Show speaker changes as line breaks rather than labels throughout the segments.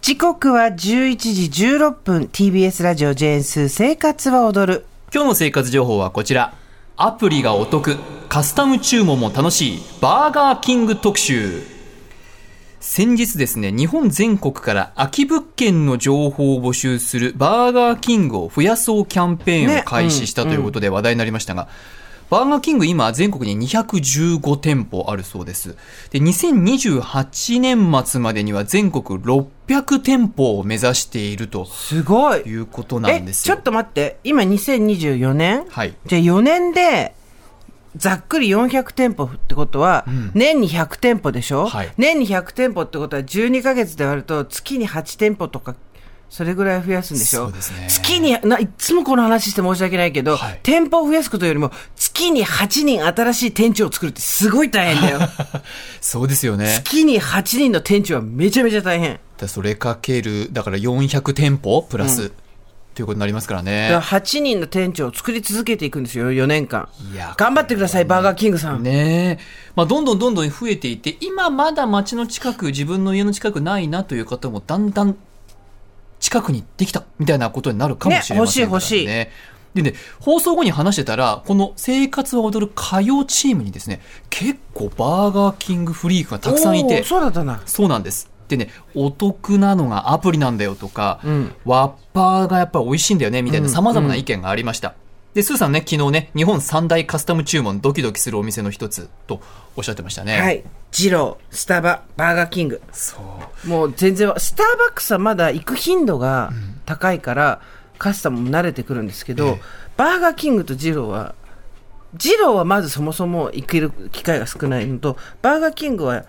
時刻は11時16分 TBS ラジオ JN2 生活は踊る
今日の生活情報はこちらアプリがお得カスタム注文も楽しいバーガーキング特集先日ですね日本全国から空き物件の情報を募集するバーガーキングを増やそうキャンペーンを開始したということで話題になりましたが、バーガーキング今全国に215店舗あるそうですで2028年末までには全国600店舗を目指していると
すごい
いうことな
え
んです
ち
よ
ょっと待って今2024年
はい
じゃあ4年でざっくり400店舗ってことは、年に100店舗でしょ、
はい
年に100店舗ってことは12ヶ月で割ると月に8店舗とかそれぐらい増やすんでしょ
そうですね
月にないっつもこの話して申し訳ないけど、
はい
店舗を増やすことよりも月に8人新しい店長を作るってすごい大変だよ
そうですよね
月に8人の店長はめちゃめちゃ大変
だそれかけるだから400店舗プラス、ということになりますから
だから
ね
8人の店長を作り続けていくんですよ4年間
いや
頑張ってくださいバーガーキングさん、
ねえ、まあ、どんどんどんどん増えていて今まだ街の近く自分の家の近くないなという方もだんだん近くにできたみたいなことになるかもしれませんか
ね
らね
欲しい欲しい
でね放送後に話してたらこの「生活は踊る歌謡チーム」にですね結構バーガーキングフリークがたくさんい
お
て
ーそうだったな
そうなんです。でね、お得なのがアプリなんだよとか、
ん
ワッパーがやっぱり美味しいんだよねみたいな
うん
様々な意見がありました。で、スーさんね、昨日ね、日本三大カスタム注文ドキドキするお店の一つとおっしゃってましたね。
はい。ジロー、スタバ、バーガーキング。
そう。
もう全然わ、スターバックスはまだ行く頻度が高いから、カスタムも慣れてくるんですけど、バーガーキングとジローは、ジローはまずそもそも行ける機会が少ないのと、バーガーキングは、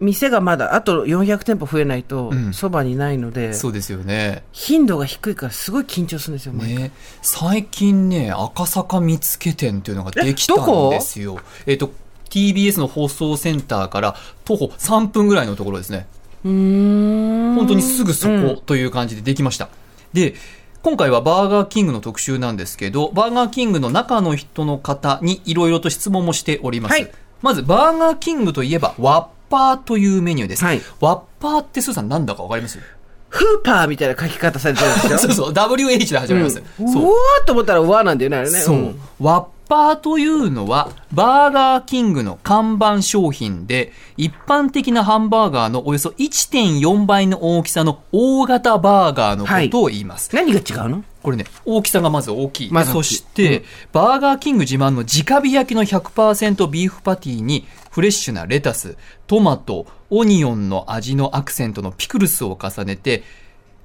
店がまだあと400店舗増えないと
ん
そばにないので、
そうですよね。
頻度が低いからすごい緊張するんですよ、毎回
ね、最近ね、赤坂見附店というのができた
えどこ
んですよ。えっ、と、TBS の放送センターから徒歩3分ぐらいのところですね。
うーん
本当にすぐそこという感じでできました。で今回はバーガーキングの特集なんですけど、バーガーキングの中の人の方にいろいろと質問もしております。
はい
まず、バーガーキングといえば、ワッパーというメニューです。
はい
ワッパーってスーさんなんだかわかります
フーパーみたいな書き方されてるんですよ。
そうそう、WH で始まります。
うん
そう
うわーと思ったらうわーなんだよね、あれね。
そう、
ん
ワッパーというのはバーガーキングの看板商品で一般的なハンバーガーのおよそ1.4倍の大きさの大型バーガーのことを言います、
何が違うの
これね大きさがまず大きい、
まず大きい
そして、バーガーキング自慢の直火焼きの100%ビーフパティにフレッシュなレタストマトオニオンの味のアクセントのピクルスを重ねて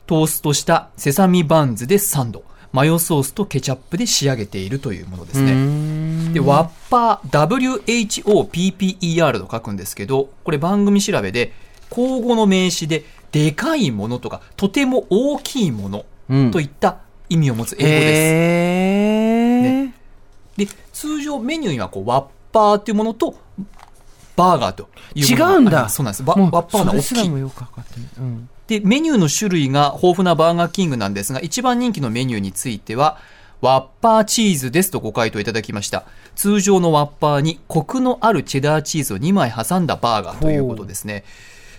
トーストしたセサミバンズでサンドマヨソースとケチャップで仕上げているというものですねでワッパー WHOPPER と書くんですけどこれ番組調べで口語の名詞ででかいものとかとても大きいもの
うん
といった意味を持つ英語です、
えー
で通常メニューにはこうワッパーっていうものとバーガーというものが
違うんだ
ありますそうなんですワ
もう
ワッパーの
そ
大
れす
き
ら
い
もよくわかってないうん
で、メニューの種類が豊富なバーガーキングなんですが、一番人気のメニューについては、ワッパーチーズですとご回答いただきました。通常のワッパーにコクのあるチェダーチーズを2枚挟んだバーガーということですね。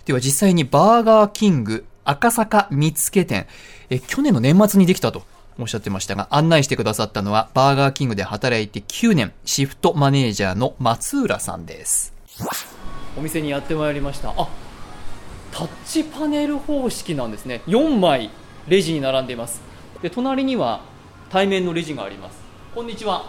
では実際にバーガーキング赤坂見附店、え去年の年末にできたとおっしゃってましたが、案内してくださったのはバーガーキングで働いて9年、シフトマネージャーの松浦さんです。お店にやってまいりました。あ、タッチパネル方式なんですね4枚レジに並んでいますで隣には対面のレジがありますこんにちは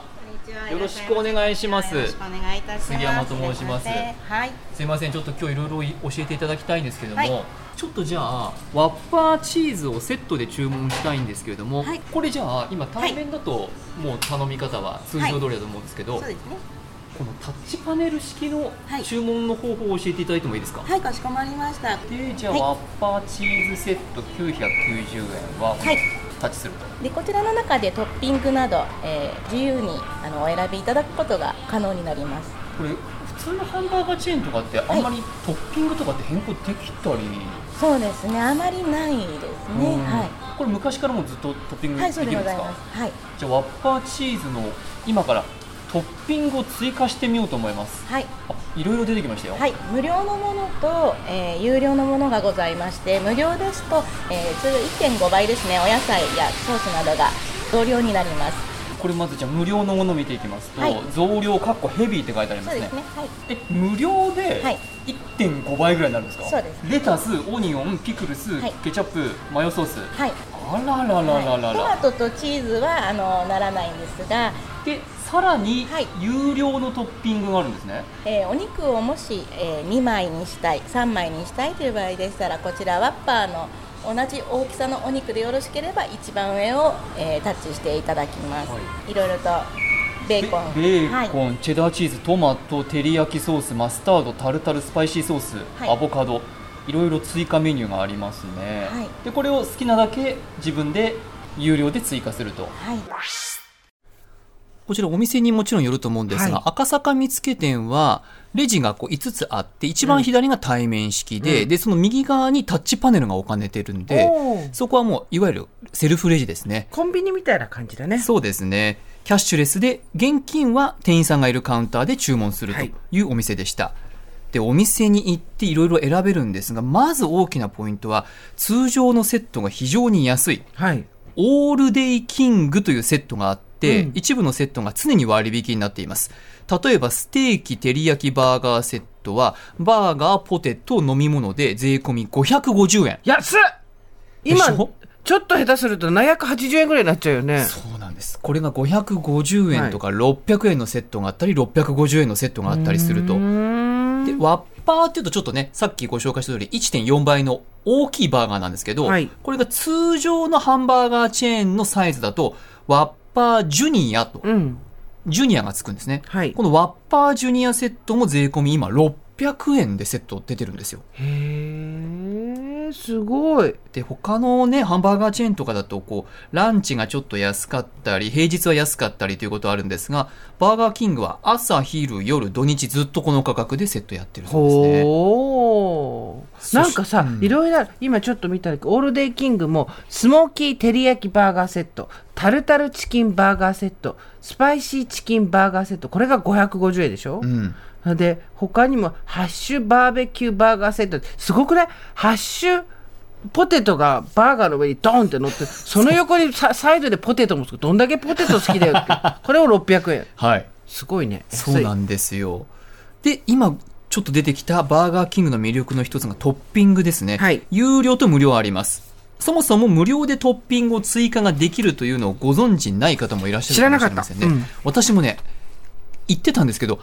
こんにちは
よろしくお願いします
よろしくお願いいたします。
杉山と申します
はい。
すいませんちょっと今日いろいろ教えていただきたいんですけども、
はい
ちょっとじゃあワッパーチーズをセットで注文したいんですけれども、
はい
これじゃあ今対面だともう頼み方は通常通りだと思うんですけど、
そうですね。
このタッチパネル式の
はい
注文の方法を教えていただいてもいいですか、
はい、かしこまりました。は
でじゃあ、
はい
ワッパーチーズセット990円は、
い。
タッチすると
でこちらの中でトッピングなど、えー自由にあのお選びいただくことが可能になります。
これ普通のハンバーガーチェーンとかってあんまりトッピングとかって変更できたり、
そうですね。あまりないですね。
うん
は
これ昔からもずっとトッピン
い。
グ
は
で
い、
き
そ
る
うんで
です
ご
か、
ざいます。はい。
じゃあワッパーチーズの今からトッピングを追加してみようと思います
はい。
あいろいろ出てきましたよ。
はい、無料のものと、えー有料のものがございまして無料ですと、えー、通常1.5倍ですねお野菜やソースなどが増量になります
これまずじゃあ無料のもの見ていきますと、
はい
増量かっこヘビーって書いてありま
そう
す
で
ね
すねはい
え無料で
はい
1.5倍ぐらいになるんですか、
そうです
レタスオニオンピクルス、
はい
ケチャップマヨソース
はい
あらららららら、
はいトマトとチーズはあのならないんですが、
でさらに
はい
有料のトッピングがあるんですね、
えーお肉をもし、え2枚にしたい3枚にしたいという場合でしたらこちらワッパーの同じ大きさのお肉でよろしければ一番上を、えータッチしていただきます、、
はい
ろいろとベーコン
ベベーコン、
はい、
チェダーチーズトマト照り焼きソースマスタードタルタルスパイシーソース、
はい
アボカドいろいろ追加メニューがありますね、
はい
でこれを好きなだけ自分で有料で追加すると
はい
こちらお店にもちろんよると思うんですが、
はい
赤坂見附店はレジがこう5つあって一番左が対面式で、
うん
でその右側にタッチパネルが置かれてるんで、
おー
そこはもういわゆるセルフレジですね
コンビニみたいな感じだね。
そうですねキャッシュレスで現金は店員さんがいるカウンターで注文すると
はい
いうお店でした、でお店に行っていろいろ選べるんですがまず大きなポイントは通常のセットが非常に安い
はい。
オールデイキングというセットがあっ
う
て、
ん
一部のセットが常に割引になっています例えばステーキ照り焼きバーガーセットはバーガーポテト飲み物で税込み550円
安っ
でし
今、
ょ
ちょっと下手すると780円ぐらいになっちゃうよね。
そうなんですこれが550円とか600円のセットがあったり650円のセットがあったりすると
うーん
でワッパーっていうとちょっとねさっきご紹介した通り1.4倍の大きいバーガーなんですけど、
はい
これが通常のハンバーガーチェーンのサイズだとワッパージュニアと
うん。
ジュニアがつくんですね。
はい
このワッパージュニアセットも税込み今600円でセット出てるんですよ。
へえ、すごい。
で、他のね、ハンバーガーチェーンとかだと、こう、ランチがちょっと安かったり、平日は安かったりということあるんですが、バーガーキングは朝、昼、夜、土日ずっとこの価格でセットやってるそうですね。
ほ
そし
う。なんかさ
う、ん
いろいろある、今ちょっと見たら、オールデイキングも、スモーキー照り焼きバーガーセット、タルタルチキンバーガーセット、スパイシーチキンバーガーセット、これが550円でしょ
うん。
で、他にも、ハッシュバーベキューバーガーセット、すごくないハッシュポテトがバーガーの上にドーンって乗 って、その横にさサイドでポテトもつく。どんだけポテト好きだよ って。これを600円。
はい。
すごいね。
そうなんんですよ。で、今、ちょっと出てきたバーガーキングの魅力の一つがトッピングですね。
はい
有料と無料あります。そもそも無料でトッピングを追加ができるというのをご存知ない方もいらっしゃるかもしれません
知
ね。
らなかっ
私もね、言ってたんですけど、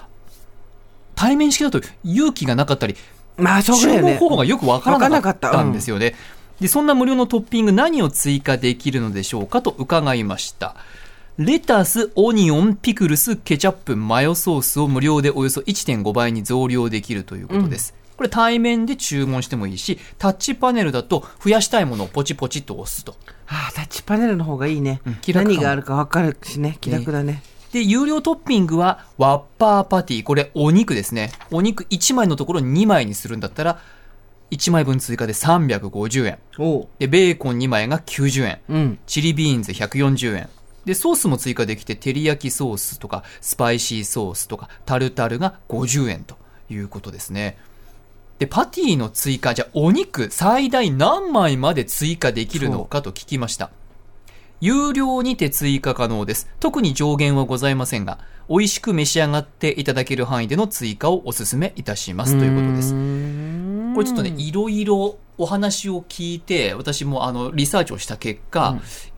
対面式だと勇気がなかったり、
まあ、そうだ
注
よ
文
ね。
方法がよくわからなかっ
わからなかった
た
うんん
ですよね。で、そんな無料のトッピング何を追加できるのでしょうかと伺いました。レタス、オニオン、ピクルス、ケチャップ、マヨソースを無料でおよそ1.5倍に増量できるということです。これ対面で注文してもいいし、タッチパネルだと増やしたいものをポチポチと押すと。
ああ、タッチパネルの方がいいね。
うん気楽かも
何があるか分かるしね、気楽だね。
で、有料トッピングは、ワッパーパティ。これ、お肉ですね。お肉1枚のところ2枚にするんだったら、1枚分追加で350円。
おう。
で、ベーコン2枚が90円。
うん。
チリビーンズ140円。で、ソースも追加できて、照り焼きソースとか、スパイシーソースとか、タルタルが50円ということですね。で、パティの追加、じゃあお肉最大何枚まで追加できるのかと聞きました。有料にて追加可能です。特に上限はございませんが、美味しく召し上がっていただける範囲での追加をお勧めいたしますということです。これちょっとね、いろいろお話を聞いて、私もあのリサーチをした結果、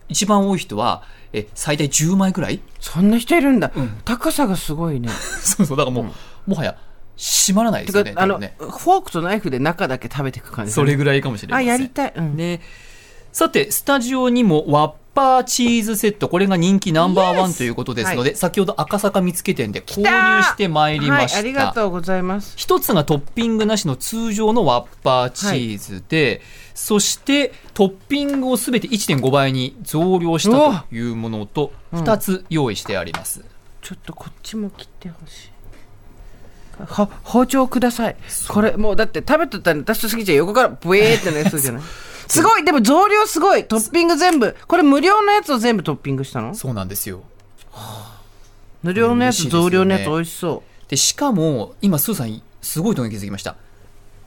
一番多い人はえ最大10枚くらい、
そんな人いるんだ
うん。
高さがすごいね。
そうそう、だからもう、もはや閉まらない
て
ですよ
か
ね、、
あ
多
の、
分
フ
ね。
ォークとナイフで中だけ食べていく感じだ
そ
ね。
れぐらいかもしれま
あ、
せん。
やりたい。うん。
ね、さて、スタジオにもワッパーチーズセット、これが人気ナンバーワンということですので、先ほど赤坂見附店で購入してまいりました。
はい、ありがとうございます。
一つがトッピングなしの通常のワッパーチーズで、そしてトッピングをすべて1.5倍に増量したというものと
おうん
2つ用意してあります、
ちょっとこっちも切ってほしい。は包丁くださいこれもうだって食べとったら私とすぎちゃん横からブエーってなりそう じゃないすごいでも増量すごいトッピング全部これ無料のやつを全部トッピングしたの
そうなんですよ
無料のやつ、
うん美味しいですよね
増量のやつ美味しそう
でしかも今スーさんすごいとこに気づきました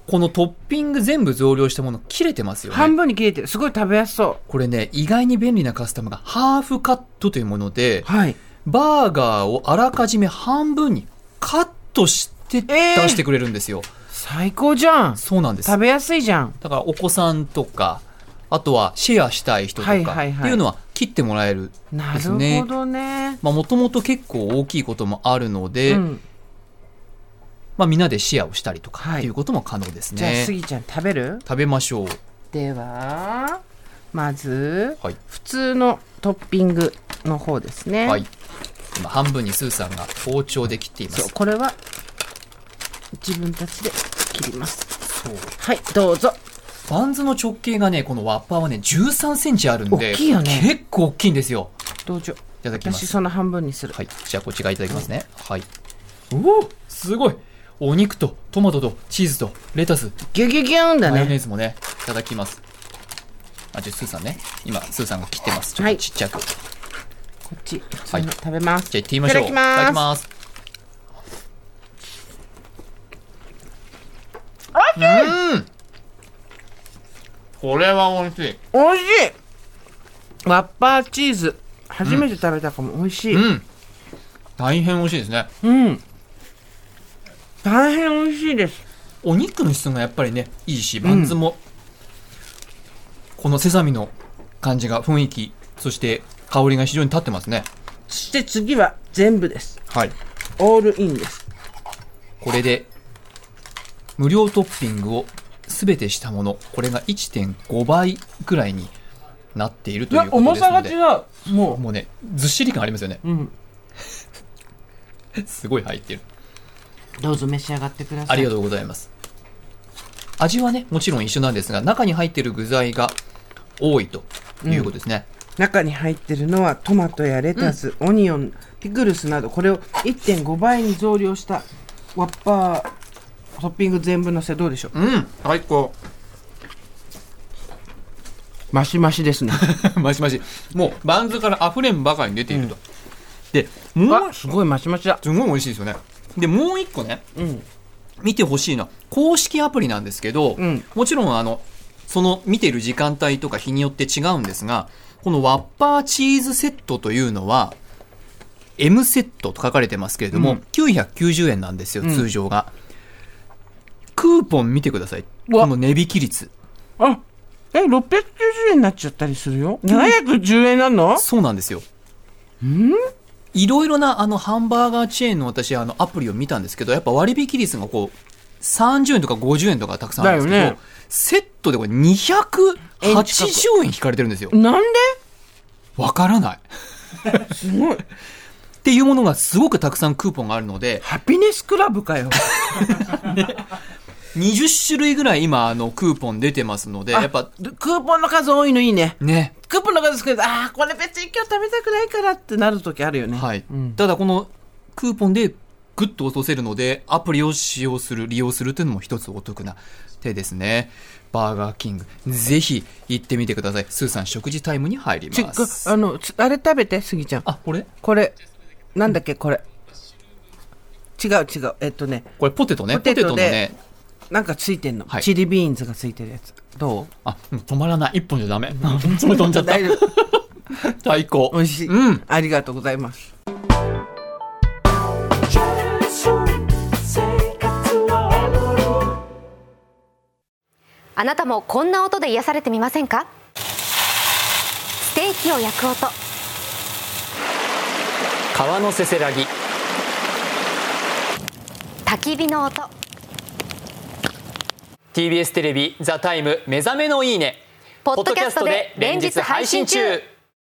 このトッピング全部増量したもの切れてますよね
半分に切れてるすごい食べやすそ
これね意外に便利なカスタムがハーフカットというもので
うはい
バーガーをあらかじめ半分にカットして出
えー
してくれるんですよ、
最高じゃん
そうなんです
食べやすいじゃん
だからお子さんとかあとはシェアしたい人とか
は
っ
いはいはい
ていうのは切ってもらえる
なる
ですね
ほどね
まあもともと結構大きいこともあるので、
うん、
まあ、みんなでシェアをしたりとか
はい
っていうことも可能です
じゃあ
ね、
スギちゃん食べる
食べましょう
ではまず
はい、
普通のトッピングの方ですね、
はい、今半分にスーさんが包丁で切っていま
そう
す
これは自分たちで切ります
そう
はいどうぞ
バンズの直径がねこのワッパーはね1 3センチあるんで
大きいよね
結構大きいんですよ
どうぞ
いただきま
私
す
その半分にする、
はいじゃあこっち側いただきますねはいおおすごいお肉とトマトとチーズとレタス
ギュギュギューンだ
マヨネ
ね
ーズもね、いただきます。あ、じゃあ、スーさんね。今、スーさんが切ってます。ちょっ
は
と
い
ちっちゃく。
こっち普通に食べます、
じゃあ、行ってみましょ
いた
う。
だきます
いただきます。うんこれは美味し
美味しいワッパーチーズ初めて食べたかも、美味しい、
い。うん。大変美味しいですね。
うん。大変美味しいです。
お肉の質がやっぱりね、いいし、バンズも、このセサミの感じが雰囲気、そして香りが非常に立ってますね。
そして次は全部です。
はい。
オールインです。
これで無料トッピングを全てしたものこれが1.5倍ぐらいになっているということですので
う。も
もうねずっしり感ありますよね
う。うん。
すごい入ってる
どうぞ召し上がってください。
ありが
と
とうございます味はねもちろん一緒なんですが中に入っている具材が多いということですね、
う。中に入ってるのはトマトやレタス、オニオン、ピクルスなど、これを1.5倍に増量したワッパートッピング全部のせどうでしょう
うん最高
マシマシですね。
マシマシもうバンズから溢れんばかりに出ていると、でも
あ
う
すごいマシマシだ。
すごい美味しいですよねでもう一個ね
うん。
見てほしいのは公式アプリなんですけど、
うん
もちろんあのその見てる時間帯とか日によって違うんですがこのワッパーチーズセットというのは M セットと書かれてますけれども、
うん
990円なんですよ通常が、クーポン見てくださいう
わ
この値引き率
あえ、690円になっちゃったりするよ。710円なの
そうなんですよいろいろなあのハンバーガーチェーンの私あのアプリを見たんですけどやっぱ割引率がこう30円とか50円とかたくさんあるんですけど、
だよね
セットでこれ280円引かれてるんですよ
なんで
わからない
すごい。
っていうものがすごくたくさんクーポンがあるので
ハピネスクラブかよ。
20種類ぐらい今あのクーポン出てますので やっぱ
クーポンの数多いのいいね。
ね
クーポンの数少ないとああ、これ別に今日食べたくないからってなる時あるよね。
はい、
うん
ただこのクーポンでグッと落とせるのでアプリを使用する利用するというのも一つお得な手ですねバーガーキングぜひ行ってみてくださいスーさん食事タイムに入り
ち
ま
く
す
あの、つあれ食べて、スギちゃん。
あこれ
これ、なんだっけ、これ。違う違う。えっとね、
これポテトね
ポテト
の
で
ね
なんかついてんの。
はい
チリビーンズがついてるやつ。ど
あうん止まらない一本じゃダメ いつも飛んじゃ
う
った
大丈夫。
最高
美味しい。
うん
ありがとうございます。
あなたもこんな音で癒されてみませんかステーキを焼く音
川のせせらぎ
焚き火の音
TBS テレビ「ザタイム目覚めのいいね
ポッドキャストで連日配信中